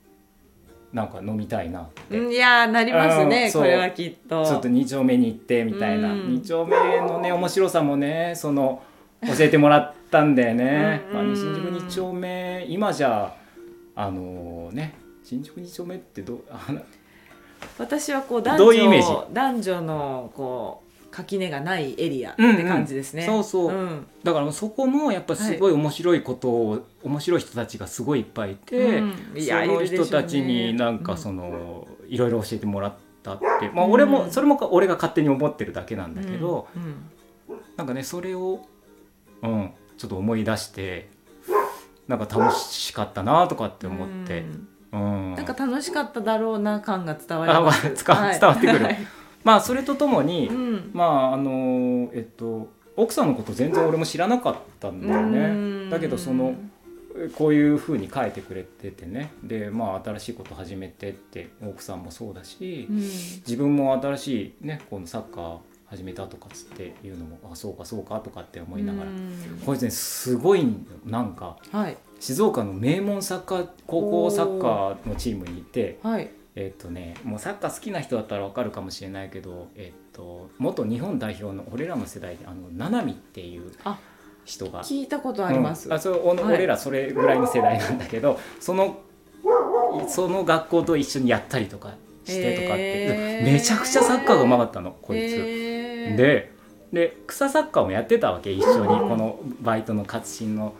Speaker 1: なんか飲みたいなって
Speaker 2: うんいやーなります
Speaker 1: うん
Speaker 2: ね
Speaker 1: そう
Speaker 2: これはきっと
Speaker 1: ちょっと2丁目に行ってみたいな、
Speaker 2: うん
Speaker 1: 2丁目のね面白さもねその教えてもらったんだよね
Speaker 2: うん
Speaker 1: まあ、新宿2丁目今じゃあのね新宿2丁目ってどうあの
Speaker 2: 私はこう男
Speaker 1: どういうイメー
Speaker 2: 女
Speaker 1: ジ
Speaker 2: 男女のこう垣根がないエリアっ
Speaker 1: うんうん
Speaker 2: て感じですね
Speaker 1: そうそう
Speaker 2: うん
Speaker 1: だからもうそこもやっぱすごい面白いことを、面白い人たちがすごいいっぱいいて、
Speaker 2: うんい
Speaker 1: そ
Speaker 2: やい
Speaker 1: の
Speaker 2: るでしょう
Speaker 1: 人
Speaker 2: ね
Speaker 1: たちになんかその、いろいろ教えてもらったって、まあ、俺も、
Speaker 2: うん
Speaker 1: それも俺が勝手に思ってるだけなんだけど、
Speaker 2: うんうん
Speaker 1: なんかねそれを、うん、ちょっと思い出してなんか楽しかったなとかって思って、うん
Speaker 2: なんか楽しかっただろうな感が伝わり
Speaker 1: あ、ま
Speaker 2: ま
Speaker 1: あ、
Speaker 2: す
Speaker 1: つか伝わってくる、
Speaker 2: はい
Speaker 1: まあそれとともに、
Speaker 2: うん
Speaker 1: まああのーえっと奥さんのこと全然俺も知らなかったんだよ
Speaker 2: う
Speaker 1: ね
Speaker 2: ん
Speaker 1: だけどそのこういうふうに書いてくれててねでまあ新しいこと始めてって奥さんもそうだし、
Speaker 2: うん
Speaker 1: 自分も新しいねこのサッカー始めたとかつっていうのもあそうかそうかとかって思いながら
Speaker 2: うん
Speaker 1: こいつねすごいんだよなんか
Speaker 2: はい
Speaker 1: 静岡の名門サッカー高校サッカーのチームにいて
Speaker 2: はい
Speaker 1: えっとねもうサッカー好きな人だったらわかるかもしれないけど、えっと元日本代表の俺らの世代であのナナミっていう
Speaker 2: あ
Speaker 1: 人が
Speaker 2: 聞いたことあります
Speaker 1: うんあそうお
Speaker 2: はい
Speaker 1: 俺らそれぐらいの世代なんだけどそのその学校と一緒にやったりとかしてとかって、
Speaker 2: へー
Speaker 1: めちゃくちゃサッカーがうまかったのこいつ。
Speaker 2: へー
Speaker 1: でで草サッカーもやってたわけ一緒に
Speaker 2: うん
Speaker 1: このバイトの活心の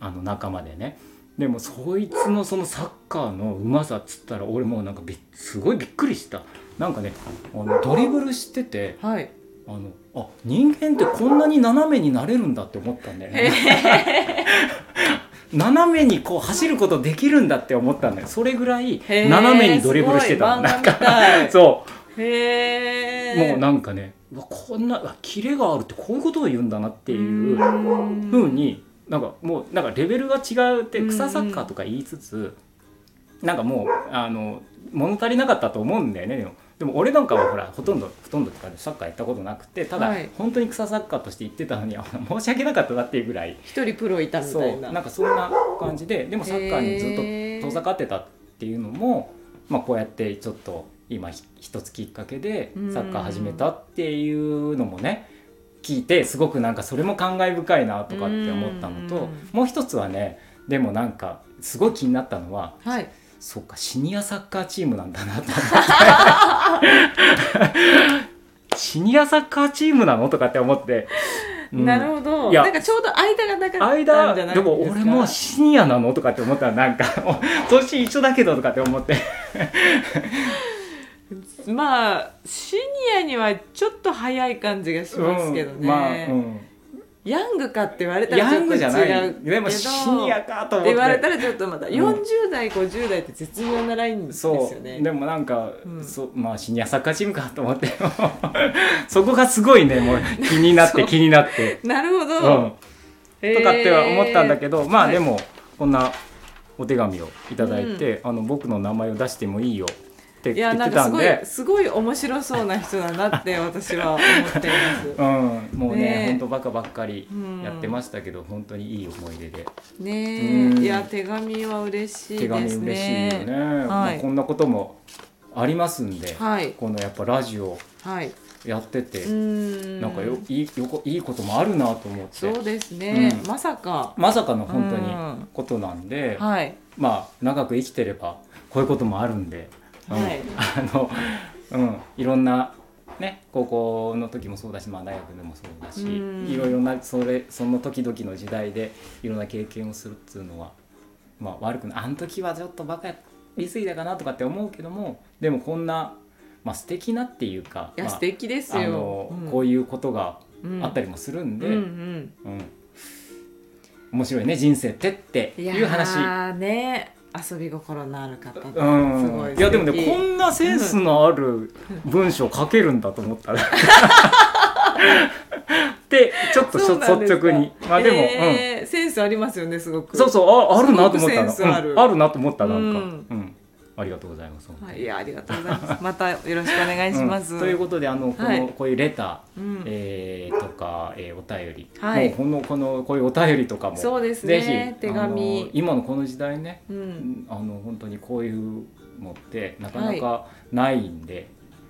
Speaker 1: あの仲間でねでもそいつのそのサッカーのうまさっつったら俺もうなんかびっすごいびっくりしたなんかねあのドリブルしてて
Speaker 2: はい
Speaker 1: あのあ人間ってこんなに斜めになれるんだって思ったんだよ
Speaker 2: へ
Speaker 1: ね斜めにこう走ることできるんだって思ったんだよそれぐらい
Speaker 2: へー
Speaker 1: 斜めにドリブルしてたの
Speaker 2: すご
Speaker 1: なん
Speaker 2: い漫画
Speaker 1: か
Speaker 2: みたい
Speaker 1: そう
Speaker 2: へえ
Speaker 1: もうなんかねうわこんなうわキレがあるってこういうことを言うんだなっていう
Speaker 2: うん
Speaker 1: ふうになんかもうなんかレベルが違うって
Speaker 2: うんうん
Speaker 1: 草サッカーとか言いつつなんかもうあの物足りなかったと思うんだよねでもでも俺なんかはほらほとんどほとんどとかでサッカーやったことなくてただ、
Speaker 2: はい
Speaker 1: 本当に草サッカーとして言ってたのにあ申し訳なかったなっていうぐらい
Speaker 2: 一人プロいたみ
Speaker 1: そ
Speaker 2: たいうな
Speaker 1: なんかそんな感じででもサッカーにずっと
Speaker 2: へー
Speaker 1: 遠ざかってたっていうのも、まあ、こうやってちょっと今ひ一つきっかけで
Speaker 2: うん
Speaker 1: サッカー始めたっていうのもね聞いてすごくなんかそれも感慨深いなとかって思ったの
Speaker 2: う
Speaker 1: と
Speaker 2: ん
Speaker 1: もう一つはねでもなんかすごい気になったのは
Speaker 2: はい
Speaker 1: そうかシニアサッカーチームなんだなと思って シニアサッカーチームなのとかって思って、うん
Speaker 2: なるほど
Speaker 1: いや
Speaker 2: なんかちょうど間がなかったんじゃな
Speaker 1: 間
Speaker 2: いですか
Speaker 1: でも俺もシニアなのとかって思ったらなんかもう年一緒だけどとかって思って
Speaker 2: まあシニアにはちょっと早い感じがしますけどね、
Speaker 1: うんまあ、うん
Speaker 2: ヤングかって言われたらち
Speaker 1: ヤ
Speaker 2: ょ
Speaker 1: ン
Speaker 2: っと
Speaker 1: グじゃな
Speaker 2: 違う
Speaker 1: い
Speaker 2: けど
Speaker 1: でもシニアかと思
Speaker 2: っ
Speaker 1: って
Speaker 2: て言われた
Speaker 1: ら
Speaker 2: らちょっとまだ
Speaker 1: ん
Speaker 2: 40代50代って絶妙なラインですよ
Speaker 1: そう
Speaker 2: ね
Speaker 1: でもなんか、
Speaker 2: うん
Speaker 1: そうまあシニアサッカーチームかと思って そこがすごいねもう気になっ
Speaker 2: そ
Speaker 1: て
Speaker 2: う
Speaker 1: 気になって、
Speaker 2: なるほど、
Speaker 1: うん、
Speaker 2: へー
Speaker 1: とかっては思ったんだけど、まあ
Speaker 2: はい
Speaker 1: でもこんなお手紙をいただいて、あの僕の名前を出してもいいよって
Speaker 2: い
Speaker 1: 言
Speaker 2: や
Speaker 1: っ
Speaker 2: な
Speaker 1: て
Speaker 2: んか
Speaker 1: た
Speaker 2: す
Speaker 1: ん
Speaker 2: ごい
Speaker 1: です
Speaker 2: ごい面白そうな人だなって私は思っています
Speaker 1: うん、もう
Speaker 2: ね
Speaker 1: ね
Speaker 2: え
Speaker 1: 本当バカばっかりやってましたけど、本当にいい思い出で
Speaker 2: ね
Speaker 1: う
Speaker 2: え
Speaker 1: ん
Speaker 2: いや手紙は嬉しい
Speaker 1: 手
Speaker 2: で
Speaker 1: 紙
Speaker 2: す
Speaker 1: 嬉しいよね、
Speaker 2: ね
Speaker 1: まあこんなこともありますんで、
Speaker 2: はい
Speaker 1: このやっぱラジオ
Speaker 2: はい
Speaker 1: やってて、
Speaker 2: うん
Speaker 1: なんかよいいよこいいこともあるなと思って
Speaker 2: そうですね、
Speaker 1: うん
Speaker 2: まさか
Speaker 1: まさかの本当
Speaker 2: うん
Speaker 1: にことなんで、
Speaker 2: はい
Speaker 1: まあ長く生きてればこういうこともあるんで、うん
Speaker 2: はい
Speaker 1: あのうんいろんなね高校の時もそうだし、まあ、大学でもそうだし
Speaker 2: うん
Speaker 1: いろいろなそれその時々の時代でいろんな経験をするっていうのはまあ、悪くないあの時はちょっとバカやりすぎたかなとかって思うけどもでもこんな、まあ、素敵なっていうか
Speaker 2: いや、
Speaker 1: まあ
Speaker 2: 素敵です
Speaker 1: あ
Speaker 2: よ
Speaker 1: の、こう
Speaker 2: い
Speaker 1: いうことが
Speaker 2: うん
Speaker 1: あったりもするんで、
Speaker 2: うんうん
Speaker 1: うん面白いね人生ってって
Speaker 2: いや
Speaker 1: いう話。
Speaker 2: ーね遊び心のある方ってすご
Speaker 1: う
Speaker 2: い
Speaker 1: ん
Speaker 2: 素、敵
Speaker 1: いやでもねこんなセンスのある文章書けるんだと思ったら。 でちょっとしょ
Speaker 2: そうなんです
Speaker 1: 率
Speaker 2: か
Speaker 1: 直にまあでも、
Speaker 2: えーセンスありますよねすご
Speaker 1: う
Speaker 2: く
Speaker 1: ん、そうそうああるなと思ったの
Speaker 2: すごくセンスある
Speaker 1: うんあるなと思ったなんか、
Speaker 2: う
Speaker 1: うんんありがとうございます、本当に
Speaker 2: はい、いやありがとうござい ますまたよろしくお願いします、
Speaker 1: うんということであのこの、
Speaker 2: はい
Speaker 1: こういうレター、
Speaker 2: うん
Speaker 1: えーとか、えーお便り、
Speaker 2: は
Speaker 1: もう
Speaker 2: い
Speaker 1: このこのこういうお便りとかも
Speaker 2: そうですね
Speaker 1: ぜひ
Speaker 2: 手紙
Speaker 1: あの今のこの時代ね
Speaker 2: うん。
Speaker 1: あの本当にこういうのってなかなかないんで、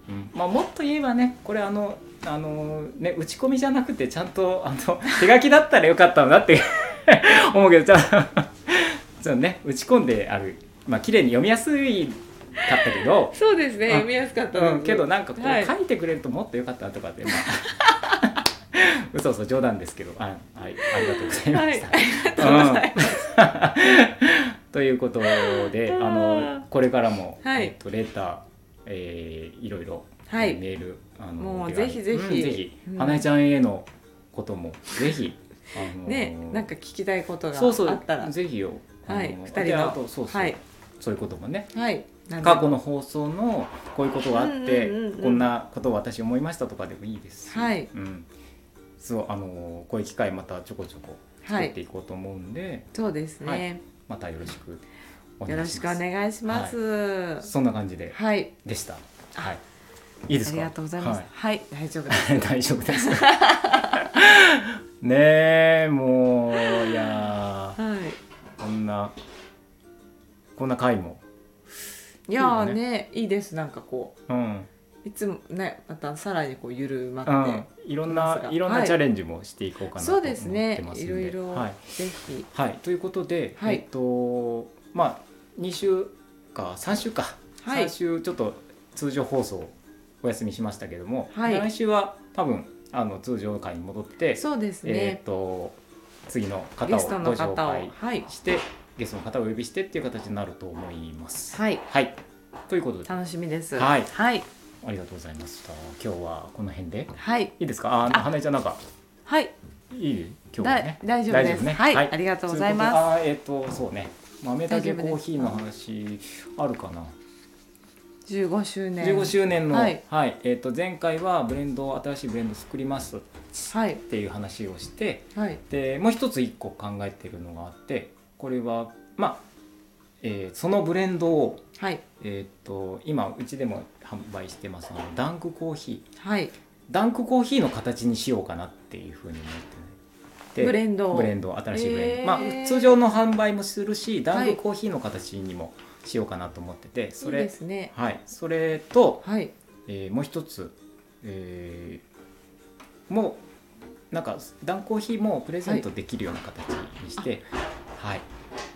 Speaker 1: うんまあ、もっと言えばねこれあのあの、ね、打ち込みじゃなくてちゃんとあの手書きだったらよかったなって 思うけどちゃんとちょっとね打ち込んである、まあ綺麗に読みやすいかったけど
Speaker 2: そうですね
Speaker 1: うん
Speaker 2: 読みやすかったです、
Speaker 1: うん、けどなんかこ
Speaker 2: は
Speaker 1: う
Speaker 2: い
Speaker 1: 書いてくれるともっとよかったなとかって、まあ、 嘘嘘冗談ですけどあ、はい、ありがとうございま
Speaker 2: はい
Speaker 1: した。
Speaker 2: ありがとうございます
Speaker 1: ということで
Speaker 2: あ
Speaker 1: あ
Speaker 2: ー
Speaker 1: のこれからも、
Speaker 2: はい
Speaker 1: えっと、レター、えーいろいろ、
Speaker 2: はい
Speaker 1: えーメールあの
Speaker 2: もう
Speaker 1: お手紙
Speaker 2: ぜひぜ
Speaker 1: う
Speaker 2: ひ
Speaker 1: んぜひ、
Speaker 2: うん
Speaker 1: 花江ちゃんへのこともぜひ、あのー
Speaker 2: ねなんか聞きたいことが
Speaker 1: そうそう
Speaker 2: あったら
Speaker 1: ぜひよ、
Speaker 2: はい
Speaker 1: あのー
Speaker 2: 二人の
Speaker 1: であとそうそう、
Speaker 2: はい
Speaker 1: そういうこともね
Speaker 2: はいなんで
Speaker 1: 過去の放送のこういうことがあって、
Speaker 2: うんうんうんうん
Speaker 1: こんなことを私思いましたとかでもいいですし、
Speaker 2: はい
Speaker 1: うん、そうあのーこういう機会またちょこちょこ
Speaker 2: は
Speaker 1: 作っ
Speaker 2: い
Speaker 1: ていこうと思うんで、
Speaker 2: そうですね、
Speaker 1: またよろしくお
Speaker 2: よ
Speaker 1: 願
Speaker 2: ろ
Speaker 1: い
Speaker 2: し
Speaker 1: し
Speaker 2: くお
Speaker 1: ます。
Speaker 2: 願いしますはい、
Speaker 1: そんな感じで、でした。はい。いいです
Speaker 2: あ
Speaker 1: か。
Speaker 2: りがとうございます
Speaker 1: は
Speaker 2: はい、大丈夫です
Speaker 1: い 大丈夫 です。ねえ、もう、いや
Speaker 2: はい
Speaker 1: ー、こんな。こんな回も。
Speaker 2: いやー
Speaker 1: いいよ
Speaker 2: ね
Speaker 1: ね
Speaker 2: いいですなんかこ
Speaker 1: うん。
Speaker 2: ういつもねまたさらにこう緩まって、
Speaker 1: うん。いろん
Speaker 2: で
Speaker 1: な、
Speaker 2: すが
Speaker 1: いろん
Speaker 2: は
Speaker 1: ないチャレンジもしていこうかなと
Speaker 2: そう
Speaker 1: 思って
Speaker 2: で
Speaker 1: ますすんで。
Speaker 2: ねいろいろ、
Speaker 1: はい。
Speaker 2: ぜひ
Speaker 1: はい、ということで、
Speaker 2: はい
Speaker 1: えっと、まあ、二週か、三週か。
Speaker 2: はい
Speaker 1: 三週、ちょっと通常放送、お休みしましたけども、
Speaker 2: はい
Speaker 1: 来週は多分、あの通常回に戻って。
Speaker 2: そうです
Speaker 1: え
Speaker 2: ね
Speaker 1: っ、と、次の方をご
Speaker 2: ゲストの
Speaker 1: 紹
Speaker 2: 方をは
Speaker 1: 介
Speaker 2: い
Speaker 1: して、ゲストの方をお呼びしてっていう形になると思います。
Speaker 2: はい
Speaker 1: はい、ということで、あ
Speaker 2: 楽しみです
Speaker 1: はい
Speaker 2: はい
Speaker 1: りがとうございました。今日はこの辺で。
Speaker 2: はい
Speaker 1: いいですか、あ、
Speaker 2: あ
Speaker 1: 花江ちゃんなんか、
Speaker 2: はい
Speaker 1: いい、今日は
Speaker 2: だ
Speaker 1: ね。
Speaker 2: 大丈夫です、
Speaker 1: ね
Speaker 2: はい、ありがとうございます
Speaker 1: す。えっ、と、そうね。豆だけコーヒーの話あるかな。
Speaker 2: 15周年
Speaker 1: 15周年の、
Speaker 2: は
Speaker 1: はいい、えっ、と前回はブレンドを新しいブレンド作りますっ
Speaker 2: はい
Speaker 1: ていう話をして、
Speaker 2: はい
Speaker 1: でもう一つ一個考えてるのがあって、これはまあ、えーそのブレンドを
Speaker 2: はい
Speaker 1: えっ、と今うちでも販売してますあのダンクコーヒー、
Speaker 2: はい
Speaker 1: ダンクコーヒーの形にしようかなっていうふうに思ってね。で
Speaker 2: ブレンドを
Speaker 1: ブレンド新しいブレンド、
Speaker 2: へー
Speaker 1: まあ通常の販売もするしダン
Speaker 2: はい
Speaker 1: クコーヒーの形にもしようかなと思っててそれ
Speaker 2: いいですね
Speaker 1: はい、それと、
Speaker 2: はい
Speaker 1: えーもう一つ、えーもうなんかダンクコーヒーもプレゼントできるような形にして、はい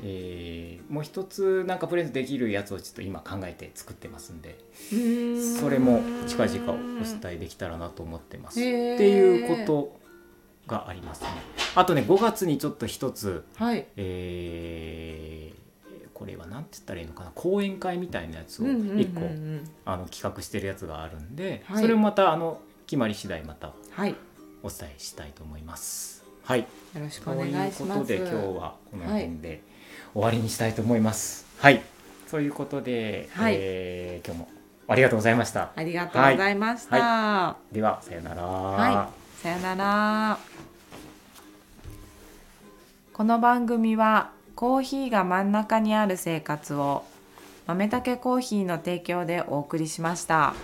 Speaker 1: えーもう一つなんかプレゼントできるやつをちょっと今考えて作ってますんでそ
Speaker 2: そ
Speaker 1: れも近々お伝えできたらなと思ってます。
Speaker 2: へー
Speaker 1: っていうことがありますね。あとね5月にちょっと一つ、
Speaker 2: はい
Speaker 1: えーこれは何て言ったらいいのかな講演会みたいなやつを
Speaker 2: うんうんうんうん
Speaker 1: 1個、あの企画してるやつがあるんで、
Speaker 2: はい
Speaker 1: それもまたあの決まり次第また
Speaker 2: はいよ
Speaker 1: お伝えしたいと思います。はい、
Speaker 2: ろしく
Speaker 1: と
Speaker 2: お願
Speaker 1: いう
Speaker 2: いし
Speaker 1: こ
Speaker 2: ます
Speaker 1: とで今日はこの辺で終わりにしたいと思います。はい、ということで、
Speaker 2: はい
Speaker 1: えー今日もありがとうございました。
Speaker 2: ありがとうございました、
Speaker 1: ではさよなら。
Speaker 2: はい、さよなら。この番組はコーヒーが真ん中にある生活を豆たけコーヒーの提供でお送りしました。